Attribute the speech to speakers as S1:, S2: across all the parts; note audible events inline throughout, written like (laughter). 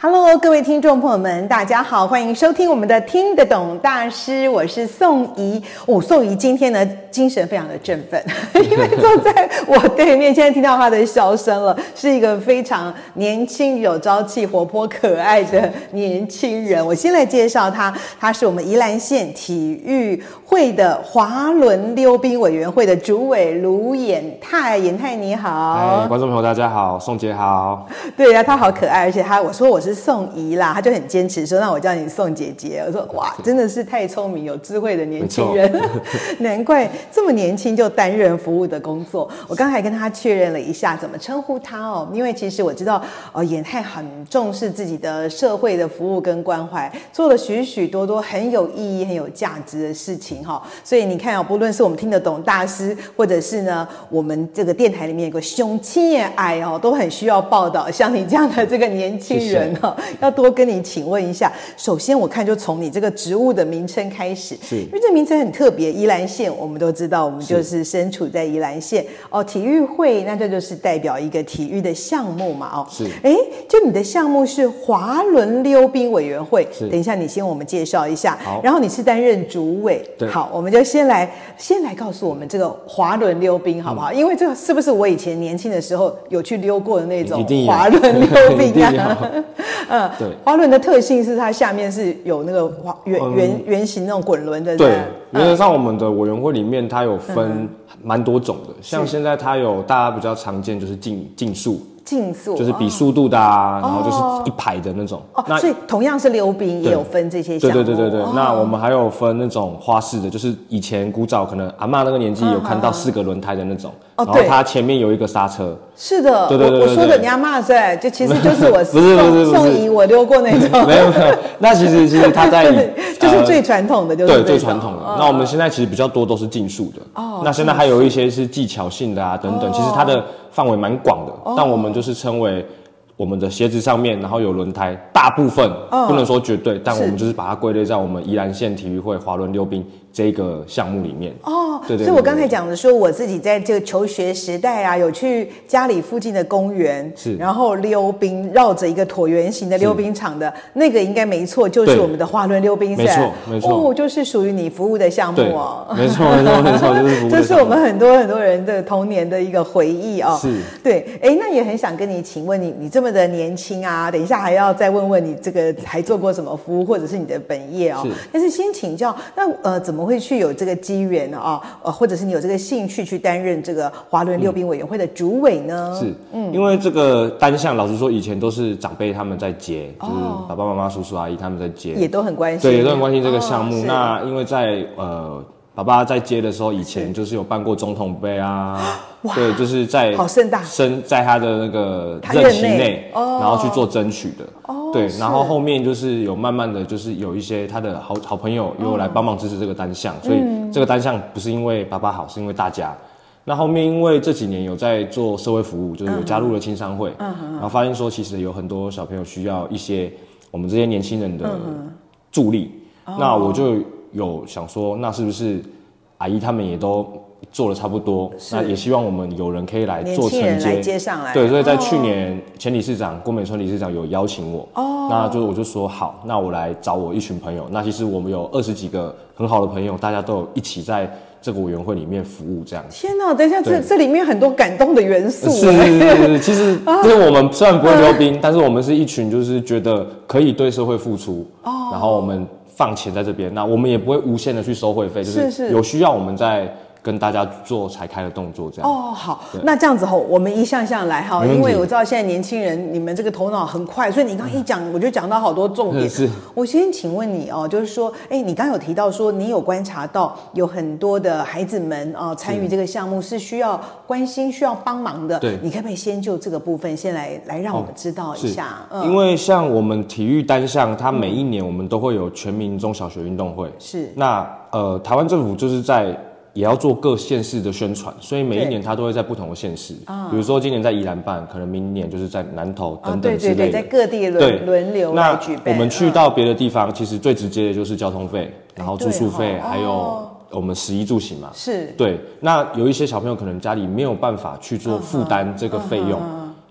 S1: Hello，各位听众朋友们，大家好，欢迎收听我们的《听得懂大师》，我是宋怡。哦，宋怡今天呢精神非常的振奋， (laughs) 因为坐在我对面，现在听到她的笑声了，是一个非常年轻、有朝气、活泼、可爱的年轻人。我先来介绍她，她是我们宜兰县体育会的滑轮溜冰委员会的主委卢衍泰。衍泰你好，
S2: 哎，观众朋友大家好，宋姐好，
S1: 对呀、他好可爱，而且他我说我是宋怡啦，他就很坚持说那我叫你宋姐姐。
S2: (laughs)
S1: 我说哇，真的是太聪明、有智慧的年轻人， (laughs) 难怪这么年轻就担任服务的工作。我刚才跟他确认了一下怎么称呼他哦，因为其实我知道呃演泰很重视自己的社会的服务跟关怀，做了许许多多很有意义、很有价值的事情哈、所以你看啊、不论是我们听得懂大师，或者是呢我们这个电台里面有个胸亲也癌哦，都很需要报道。像你这样的这个年轻
S2: 谢谢
S1: 人哦，要多跟你请问一下。首先，我看就从你这个职务的名称开始，
S2: 是
S1: 因为这名称很特别。宜兰县我们都知道，我们
S2: 是
S1: 就是身处在宜兰县哦，体育会那这就是代表一个体育的项目嘛哦。
S2: 是
S1: 哎，就你的项目是滑轮溜冰委员会，
S2: 是
S1: 等一下你先我们介绍一下，
S2: 好
S1: 然后你是担任主委，
S2: 对
S1: 好，我们就先来先来告诉我们这个滑轮溜冰好不
S2: 嗯
S1: 好？因为这个是不是我以前年轻的时候有去溜过的那种
S2: 一定有
S1: 滑轮溜
S2: (laughs) 一
S1: 冰
S2: 定有
S1: 啊？嗯，
S2: (laughs) 对
S1: 滑轮的特性是它下面是有那个滑圆
S2: 嗯
S1: 圆圆形那种滚轮的，嗯
S2: 对
S1: 是吧，
S2: 原则上我们的委员会里面它有分蛮多种的，像现在它有大家比较常见就是竞竞速，
S1: 竞速
S2: 就是比
S1: 哦
S2: 速度的啊，然后就是一排的那种。
S1: 哦，所以同样是溜冰，也有分这些项
S2: 对
S1: 目，
S2: 对对对对
S1: 哦，
S2: 那我们还有分那种花式的，就是以前古早可能阿嬷那个年纪有看到四个轮胎的那种，
S1: 嗯哦
S2: 然后
S1: 对
S2: 它前面有一个刹车，
S1: 是的，
S2: 对对对
S1: 我我
S2: 对
S1: 说
S2: 对
S1: 的你要骂对，就其实就是我
S2: (laughs) 不是不是不
S1: 宋
S2: 是
S1: 宋怡我溜过那种，
S2: (laughs) 没有没有，那其实其实它
S1: (laughs)
S2: 在
S1: 哦就是
S2: 呃
S1: 最传统的，就是
S2: 对，
S1: 这
S2: 最
S1: 种
S2: 传统的。那我们现在其实比较多都是竞速的。
S1: 嗯哦
S2: 那现在还有一些是技巧性的啊，等等。其实它的范围蛮广的，
S1: 哦
S2: 但我们就是称为我们的鞋子上面，然后有轮胎，大部分
S1: 嗯
S2: 不能说绝对，但我们就是把它归类在我们宜兰县体育会滑轮溜冰这个项目里面。
S1: 哦，
S2: 对对对
S1: 所以我刚才
S2: 对
S1: 讲的说，我自己在这个求学时代啊，有去家里附近的公园，
S2: 是
S1: 然后溜冰，绕着一个椭圆形的溜冰场的那个应该没错，就是
S2: 对
S1: 我们的花轮溜冰赛，
S2: 没错没错
S1: 哦，就是属于你服务的项目
S2: 对
S1: 哦，。
S2: 没错没错没错，就是服务的
S1: (laughs) 这是
S2: 项目
S1: 我们很多很多人的童年的一个回忆哦。
S2: 是，
S1: (laughs) 对，哎，那也很想跟你请问你，你这么的年轻啊，等一下还要再问问你这个还做过什么服务，或者是你的本业哦
S2: 是。
S1: 但是先请教，那呃，怎么会去有这个机缘啊？呃，或者是你有这个兴趣去担任这个华伦
S2: 嗯
S1: 溜冰委员会的主委呢？
S2: 是，因为这个单项，老实说，以前都是长辈他们在接，就是爸爸妈妈、叔叔阿姨他们在接，
S1: 哦也都很关心，
S2: 对，也都很关心这个项目。
S1: 哦是
S2: 那因为在呃，爸爸在接的时候，以前就是有办过总统杯啊，对，就是在
S1: 好盛大
S2: 身在他的那个
S1: 他
S2: 任期
S1: 任内
S2: 内，
S1: 哦
S2: 然后去做争取的。对，
S1: 是
S2: 然后后面就是有慢慢的就是有一些他的好好朋友又
S1: 哦
S2: 来帮忙支持这个单项，所以
S1: 嗯
S2: 这个单项不是因为爸爸好，是因为大家。那后面因为这几年有在做社会服务，就是有
S1: 嗯
S2: 加入了青商会，然后发现说其实有很多小朋友需要一些我们这些年轻人
S1: 嗯
S2: 的助力。
S1: 哦
S2: 那我就有想说，那是不是阿姨他们也都做了差不多？那也希望我们有人可以来
S1: 年
S2: 做
S1: 轻
S2: 承
S1: 人来
S2: 接。
S1: 接上来，哦
S2: 对，所以在去年前理事长郭美春理事长有邀请我，哦，那就我就说好，那我来找我一群朋友。那其实我们有二十几个很好的朋友，大家都有一起在这个委员会里面服务这样子。
S1: 天哪，等一下，这
S2: 对
S1: 这里面很多感动的元素，
S2: 呃
S1: 啊
S2: 是是是是是，其实
S1: (laughs)
S2: 就是我们虽然不会溜冰，但是我们是一群就是觉得可以对社会付出，
S1: 哦
S2: 然后我们放钱在这边，那我们也不会无限的去收会费，就是
S1: 是
S2: 有需要我们再跟大家做裁开的动作这样。
S1: 哦，好，那这样子吼，我们一项项来哈，
S2: 没问题
S1: 因为我知道现在年轻人你们这个头脑很快，所以你刚一讲，我就讲到好多重点。
S2: 是
S1: 我先请问你哦，就是说，哎，你刚有提到说你有观察到有很多的孩子们啊、参与这个项目是需要关心、需要帮忙的。
S2: 对
S1: 你可不可以先就这个部分先来来让我们知道一
S2: 是
S1: 下？，
S2: 因为像我们体育单项，
S1: 嗯
S2: 它每一年我们都会有全民中小学运动会。
S1: 是
S2: 那呃，台湾政府就是在也要做各县市的宣传，所以每一
S1: 对
S2: 年它都会在不同的县市，比如说今年在宜兰办，可能明年就是在南投
S1: 啊，
S2: 等
S1: 对
S2: 等之
S1: 对对，
S2: 类的。
S1: 在各
S2: 对
S1: 地轮轮流来
S2: 那
S1: 举
S2: 我
S1: 办。
S2: 们去
S1: 嗯哎
S2: 到别的地方，其实最直接的就是交通费，然后住宿
S1: 对
S2: 费，
S1: 哦
S2: 还有
S1: 哦
S2: 我们食衣住行嘛。
S1: 嗯是
S2: 对，那有一些小朋友可能家里没有办法去做负
S1: 嗯
S2: 担这个费用，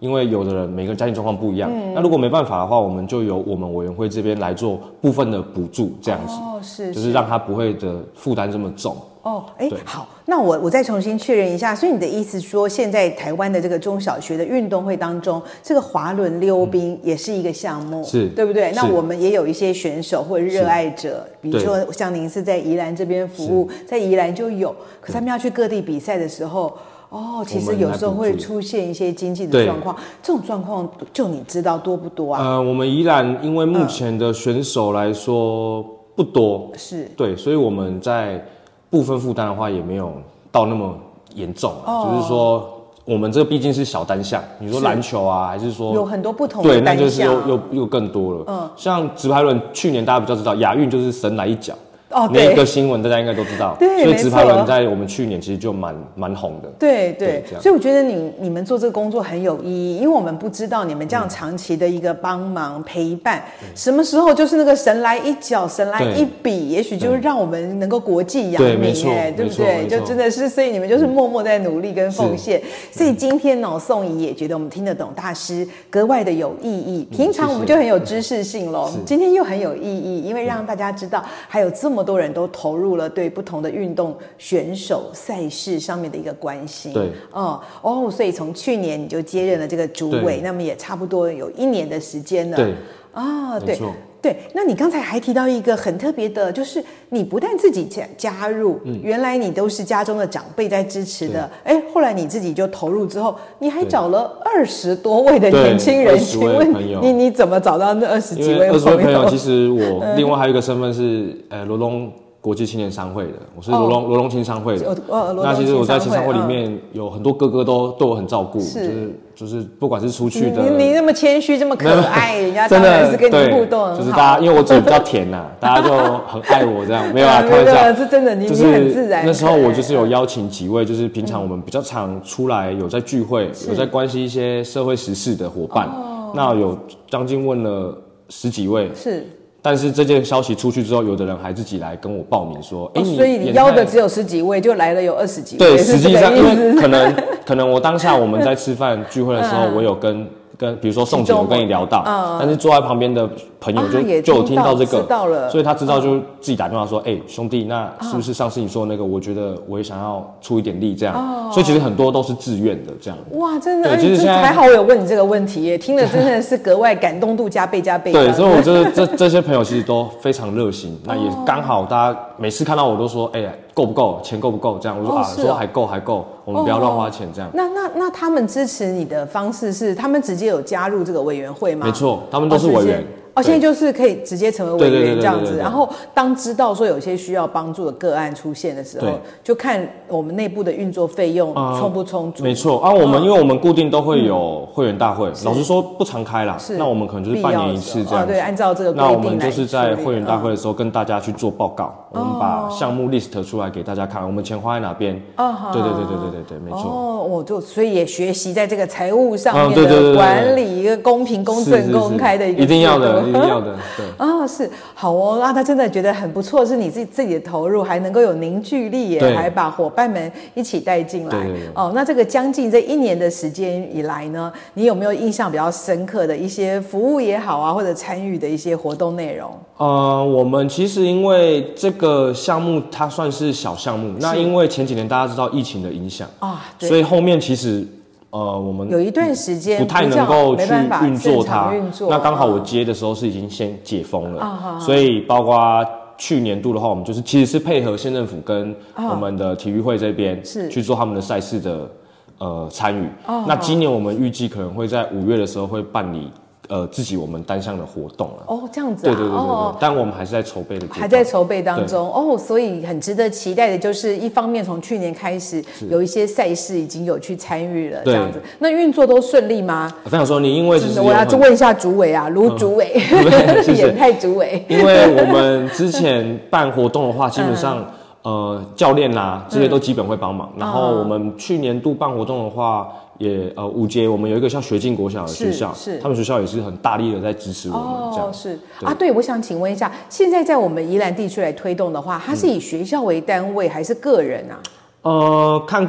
S2: 因为有的人每个人家庭状况不一样。那如果没办法的话，我们就由我们委员会这边来做部分的补助，这样子，
S1: 哦，是
S2: 就是让他不会的负担这么重。
S1: 哦，哎
S2: 对，
S1: 好，那我我再重新确认一下，所以你的意思说，现在台湾的这个中小学的运动会当中，这个滑轮溜冰也是一个项目，
S2: 嗯是
S1: 对不对？那
S2: 是
S1: 我们也有一些选手或者热爱者，比如说像您是在宜兰这边服务，在宜兰就有，可是他们要去各地比赛的时候。哦，其
S2: 我
S1: 实
S2: 们
S1: 有
S2: 来
S1: 时候
S2: 补
S1: 会
S2: 助
S1: 出现一些经济的
S2: 对
S1: 状况，这种状况就你知道多不多啊？
S2: 呃，我们依然因为目前的选手来说不多，
S1: 是
S2: 对，所以我们在部分负担的话也没有到那么严重啊、就是说我们这毕竟是小单项，你说
S1: 哦是
S2: 篮球啊，还是说
S1: 有很多不同
S2: 对，
S1: 的
S2: 那
S1: 单
S2: 就是
S1: 项
S2: 又
S1: 啊，
S2: 又又更多了。嗯，像直排轮，去年大家比较知道，亚运就是神来一脚。
S1: 哦对
S2: 那个新闻大家应该都知道。
S1: 对
S2: 所以
S1: 没
S2: 直排
S1: 错
S2: 轮在我们去年其实就蛮蛮红的。
S1: 对
S2: 对
S1: 对
S2: 这，样
S1: 所以我觉得你你们做这个工作很有意义，因为我们不知道你们这样长期的一个帮忙陪伴，什么时候就是那个神来一脚，神来
S2: 对
S1: 一笔，也许就
S2: 对
S1: 让我们能够国际扬
S2: 对没
S1: 名，
S2: 错
S1: 哎，对
S2: 没
S1: 不
S2: 错嗯
S1: 对？
S2: 没
S1: 就
S2: 错
S1: 真的是，所以你们就是默默在努力跟奉献。所以今天呢，宋怡也觉得我们听得懂大师格外的有意义。平常我
S2: 嗯
S1: 们
S2: 谢
S1: 就
S2: 谢
S1: 很有知识性喽，今天又很有意义，因为让大家知道还有这么多人都投入了对不同的运动选手赛事上面的一个关心。
S2: 对
S1: 哦哦，所以从去年你就接任了这个主委，
S2: 对
S1: 那么也差不多有一年的时间了。
S2: 对，
S1: 啊、
S2: 没
S1: 对
S2: 错
S1: 对。那你刚才还提到一个很特别的，就是你不但自己加加入，
S2: 嗯
S1: 原来你都是家中的长辈在支持的，哎，后来你自己就投入之后，你还
S2: 对
S1: 找了二十多位的
S2: 对
S1: 年轻人，
S2: 20
S1: 请
S2: 位
S1: 问
S2: 朋友
S1: 你你怎么找到那二十
S2: 因
S1: (laughs) 几
S2: 为
S1: 位嗯
S2: 二十位朋友，其
S1: 实
S2: 实
S1: (laughs)
S2: 我另外还有一个身份是呃罗东国际青年商会的，我是罗东罗东青商会的
S1: 哦哦罗东
S2: 那其实我在
S1: 青
S2: 青
S1: 商
S2: 商
S1: 会嗯
S2: 会里面有很多哥哥都对我很照顾，就是是就是不管是出去的，
S1: 你你那么谦虚，这么可爱，人家
S2: 真
S1: 当然
S2: 的
S1: 是跟
S2: 对
S1: 你互动很好，
S2: 就是大家因为我嘴比较甜
S1: (laughs)
S2: 呐、大家就很爱我这样，没有
S1: 啊
S2: 啊，
S1: 没
S2: 开玩
S1: 有没有
S2: 笑，
S1: 是真的你
S2: 就
S1: 你
S2: 是
S1: 很自然
S2: 那时候
S1: 很可爱
S2: 我就是有邀请几位，就是平常我们比较常出来有在聚会，
S1: 嗯
S2: 有在关心一些社会时事的伙伴，
S1: 哦
S2: 那有将近问了十几位。
S1: 是。
S2: 但是这件消息出去之后，有的人还自己来跟我报名说：“哎、
S1: 哦所以你
S2: 演
S1: 邀的
S2: 太
S1: 只有十几位，就来了有二十几位，
S2: 对，
S1: 是
S2: 实际
S1: 这个
S2: 上因
S1: 意思
S2: 为可
S1: (laughs)
S2: 能可能我当下我们在吃饭聚会的时候，我有跟跟比如说宋姐，
S1: 其中
S2: 我跟你聊到，但是坐在旁边的朋友
S1: 嗯啊也
S2: 就就有
S1: 听
S2: 听到
S1: 到
S2: 这
S1: 知道了嗯啊
S2: 个，所以他知道就自己打电话说，哎，兄弟，那是不是上次你说的那个？我觉得我也想要出一点力，这
S1: 哦
S2: 样，所以其实很多都是自愿的这样。
S1: 哇，真的，
S2: 对
S1: 哎
S2: 其实现
S1: 真
S2: 在
S1: 还好我有问你这个问题耶，听了真的是格外感动度加倍加倍。
S2: 对，所以我觉得这这些朋友其实都非常热心，那也
S1: 哦
S2: 刚好大家每次看到我都说，哎呀，够不够？钱够不够？这样，我说
S1: 哦
S2: 啊，
S1: 是哦
S2: 说还够还够，我们不要乱花钱这样。
S1: 那那那他们支持你的方式是，他们直接有加入这个委员会吗？
S2: 没错他们都是
S1: 哦
S2: 委员
S1: 直接哦，
S2: 对
S1: 现在就是可以直接成为
S2: 对
S1: 委
S2: 对对
S1: 员
S2: 对
S1: 这样
S2: 对
S1: 子，
S2: 对对
S1: 然后当知道说有些需要帮助的个案出现的时候
S2: 对，
S1: 就看我们内部的运作费用
S2: 啊
S1: 充不充足。
S2: 没错啊，我们
S1: 嗯
S2: 因为我们固定都会有会员大会，老实说不常开啦
S1: 是，
S2: 那我们可能就是
S1: 必
S2: 半
S1: 要
S2: 年
S1: 的
S2: 一次
S1: 时候
S2: 这样
S1: 哦对
S2: 子
S1: 按照这个规
S2: 那我
S1: 定
S2: 们
S1: 来
S2: 就是在
S1: 处理
S2: 会员大
S1: 嗯
S2: 会的时候跟大家去做报告，我们把项目 list 出来给大家看，我们钱花在哪边。
S1: 哦好
S2: 对对
S1: 好
S2: 对
S1: 好
S2: 对对对对，没错。
S1: 哦，我就所以也学习在这个财务上
S2: 嗯
S1: 面
S2: 对对对
S1: 的
S2: 对
S1: 管理，一个公平、公
S2: 是
S1: 正、
S2: 是
S1: 公
S2: 是
S1: 开的一个
S2: 一定要
S1: 制
S2: 的，
S1: 度
S2: 一定要的，对。
S1: 啊，是好哦，那他真的觉得很不错，是你自己自己的投入，还能够有凝聚力耶，
S2: 对
S1: 还把伙伴们一起带进来
S2: 对对对
S1: 哦。那这个将近这一年的时间以来呢，你有没有印象比较深刻的一些服务也好啊，或者参与的一些活动内容？
S2: 呃，我们其实因为这个项目它算是小项目，那因为前几年大家知道疫情的影响
S1: 啊对
S2: 所以后面其实呃我们
S1: 有一段时间
S2: 不太
S1: 比
S2: 能
S1: 较
S2: 够
S1: 没
S2: 去
S1: 办法
S2: 运作
S1: 正常
S2: 它
S1: 运作。
S2: 那刚好
S1: 啊
S2: 我接的时候是已经先解封了，
S1: 啊
S2: 所以包括去年度的话，我们就是其实是配合县政府跟我们的体育会这边
S1: 啊是啊
S2: 去做他们的赛事的呃参与。那今年我们预计可能会在五月的时候会办理呃自己我们单项的活动了。
S1: 哦，这样子啊，
S2: 对对对对
S1: 哦
S2: 对，但我们还是在筹备的阶段，
S1: 还在筹备当中哦，所以很值得期待的就是，一方面从去年开始有一些赛事已经有去参与了，这
S2: 对
S1: 样子。那运作都顺利吗？
S2: 我想说，你因为其
S1: 真
S2: 实
S1: 的，
S2: 有
S1: 我要
S2: 很
S1: 问一下主委啊，卢主委，
S2: 对 (laughs) 谢谢
S1: (laughs) 演太主
S2: (laughs)
S1: 委，
S2: 因为我们之前办活动的
S1: (laughs) 嗯
S2: 话，基本上、呃教练啦、这些都基本会帮
S1: 嗯
S2: 忙。然后我们去年度办活动的话，也呃五节我们有一个像学进国小的学校，
S1: 是是
S2: 他们学校也是很大力的在支持我们嗯这样。
S1: 是
S2: 对
S1: 啊，对，我想请问一下，现在在我们宜兰地区来推动的话，
S2: 嗯
S1: 它是以学校为单位还是个人啊？
S2: 呃，看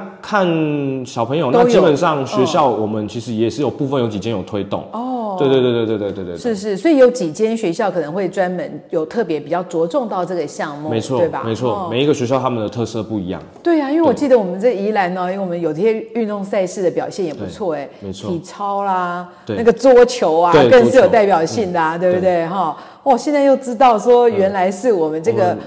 S2: 看小朋友，
S1: 都有嗯
S2: 那基本上学校我们其实也是有部分有几间有推动。哦，对对对对对对对对，
S1: 是是，所以有几间学校可能会专门有特别比较着重到这个项目，
S2: 没错
S1: 对吧？
S2: 没错、
S1: 哦
S2: 每一个学校他们的特色不一样。
S1: 对啊，因为我记得我们这宜兰呢、哦因为我们有这些运动赛事的表现也不错哎、
S2: 对没错
S1: 体操啦，
S2: 对
S1: 那个桌球啊，
S2: 对
S1: 更是
S2: 桌
S1: 有
S2: 球嗯
S1: 代表性的、啊，对不对哈？哦，现在又知道说原来是我们这个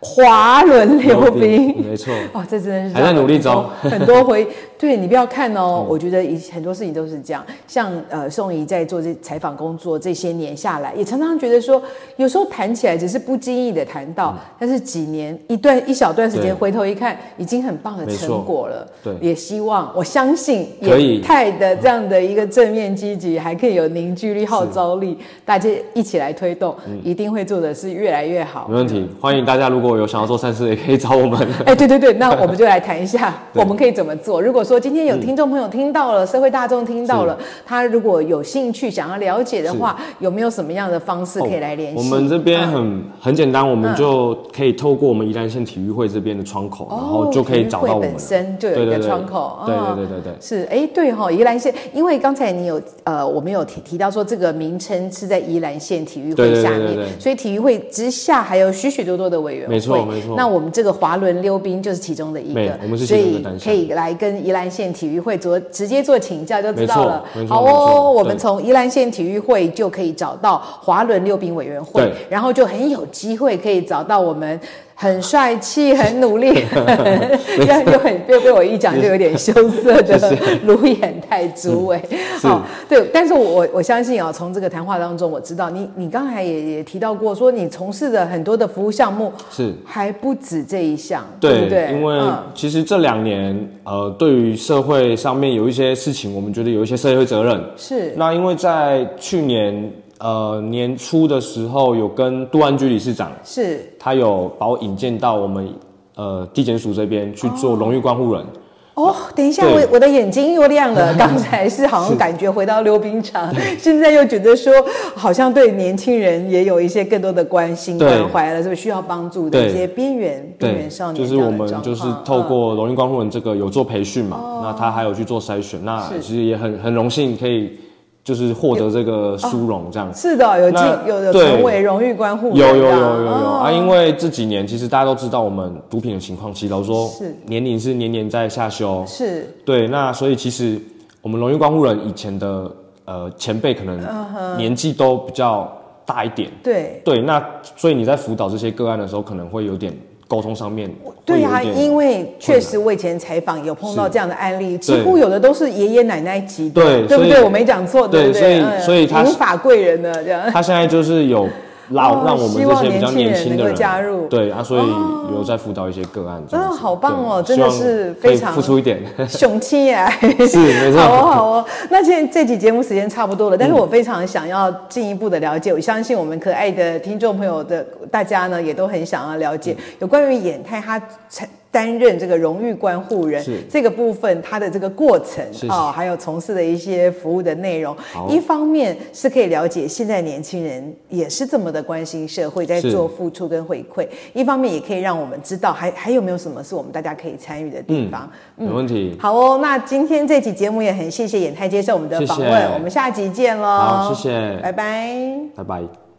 S1: 滑轮 (laughs) 溜冰。
S2: 没错。
S1: 哦，这真的是
S2: 还在努力中嗯
S1: 很多很多回。对你不要看哦，我觉得以很多事情都是这样。像呃，宋怡在做这采访工作这些年下来，也常常觉得说，有时候谈起来只是不经意的谈到，但是几年一段一小段时间
S2: 嗯对
S1: 回头一看，已经很棒的
S2: 没错
S1: 成果了。
S2: 对
S1: 也希望我相信
S2: 可以
S1: 野泰的这样的一个正面积极，还可以有凝聚力、号召力，大家一起来推动，一定会做的是越来越好
S2: 嗯没。问题，欢迎大家如果有想要做善事，也可以找我
S1: (laughs)
S2: 们。
S1: 哎，对对对，那我们就来谈一下 (laughs) 我们可以怎么做。如果说今天有听众朋友听到了，社会大众听到了，他如果有兴趣想要了解的话，有没有什么样的方式可以来联系？
S2: 哦我们这边
S1: 嗯
S2: 很很简单，我们就可以透过我们宜兰县体育会这边的窗口，然后就可以找到我们
S1: 嗯哦体育会
S2: 了。
S1: 本身就有一
S2: 对
S1: 个
S2: 对对
S1: 窗口，
S2: 对
S1: 哦
S2: 对对对对
S1: 是哎，对哈、宜兰县，因为刚才你有呃，我们有提提到说这个名称是在宜兰县体育会
S2: 对对对
S1: 下面，
S2: 对对对
S1: 所以体育会之下还有许许多多的委员会，
S2: 没错没错
S1: 那我们这个滑轮溜冰就是其中的一
S2: 没
S1: 个，
S2: 我们是
S1: 所
S2: 其中一个
S1: 以
S2: 单项
S1: 可以来跟宜兰县体育会做直接做请教就知道了
S2: 没错没。错
S1: 好
S2: 没
S1: 哦，
S2: 错
S1: 我们
S2: 对
S1: 从宜兰县体育会就可以找到滑轮溜冰委员会
S2: 对，
S1: 然后就很有机会可以找到我们很帅气、很
S2: (laughs)
S1: 努力、很 (laughs) 又又很被被我一讲就有点羞涩的卢衍泰主委。
S2: (laughs) 是
S1: 哦，对，但是我我相信啊、从这个谈话当中，我知道你你刚才也也提到过，说你从事的很多的服务项目
S2: 是
S1: 还不止这一项，
S2: 对
S1: 不对？
S2: 因为
S1: 嗯
S2: 其实这两年，呃，对于社会上面有一些事情，我们觉得有一些社会责任。
S1: 是
S2: 那因为在去年呃年初的时候，有跟杜安居理事长
S1: 是
S2: 他有把我引荐到我们呃地检署这边去做荣誉关护人。
S1: 哦，等一下，
S2: 对
S1: 我我的眼睛又
S2: (laughs)
S1: 亮了。刚才是好像感觉回到溜冰场， (laughs) 现在又觉得说好像对年轻人也有一些更多的关心
S2: 对
S1: 关怀了，是不是需要帮助的
S2: 对
S1: 一些边缘边缘少年
S2: 就
S1: 这
S2: 是
S1: 样
S2: 我
S1: 的
S2: 们
S1: 状况？
S2: 就是透
S1: 嗯
S2: 过荣誉关护人这个有做培训嘛，那他还有去做筛选，那
S1: 是
S2: 其实也很很荣幸可以就是获得这个殊荣这样。
S1: 是的，有进
S2: 那
S1: 有有
S2: 对
S1: 成为荣誉关护人
S2: 有有
S1: 的
S2: 有
S1: 啊
S2: 有有有
S1: 哦
S2: 啊！因为这几年其实大家都知道我们毒品的情况，其实老实说
S1: 是
S2: 年龄是年年在下修，
S1: 是
S2: 对，那所以其实我们荣誉关护人以前的呃前辈可能年纪都比较大一点，
S1: 对。
S2: 对，那所以你在辅导这些个案的时候，可能会有点沟通上面会
S1: 对
S2: 有
S1: 呀、
S2: 一点
S1: 因为确实我以前采访有碰到
S2: 是
S1: 这样的案例，几
S2: 对
S1: 乎有的都是爷爷奶奶级的，
S2: 对
S1: 对不
S2: 所
S1: 对？
S2: 以
S1: 我没讲错，
S2: 对
S1: 不对？
S2: 所以
S1: 嗯
S2: 所以他
S1: 无
S2: 是
S1: 法贵人的这样。
S2: 他现在就是
S1: (laughs)
S2: 有
S1: 哦
S2: 让让我们这些比较年轻
S1: 希望年轻人能
S2: 的
S1: 够
S2: 人
S1: 加入
S2: 对啊，所以有在辅导一些个案这样子，
S1: 啊好棒哦
S2: 对
S1: 真的
S2: 希望
S1: 是
S2: 可以
S1: 非常
S2: 付出一点， (laughs)
S1: 雄青耶！
S2: 是没错嗯
S1: 好哦，好哦。那现在这期节目时间差不多了，但是我非常想要进一步的了解，我相信我们可爱的听众朋友的大家呢，也都很想要了
S2: 嗯
S1: 解有关于演泰他曾担任这个荣誉关护人
S2: 是
S1: 这个部分，他的这个过程
S2: 是
S1: 啊、还有从事的一些服务的内容。
S2: 好
S1: 一方面是可以了解现在年轻人也是这么的关心社会，在
S2: 是
S1: 做付出跟回馈；一方面也可以让我们知道还还有没有什么是我们大家可以参与的地方。
S2: (laughs) 没问题。
S1: 好哦，那今天这期节目也很谢谢演泰接受我们的
S2: 谢谢
S1: 访问，我们下集见喽。
S2: 好，谢，谢，
S1: 拜拜。
S2: 拜拜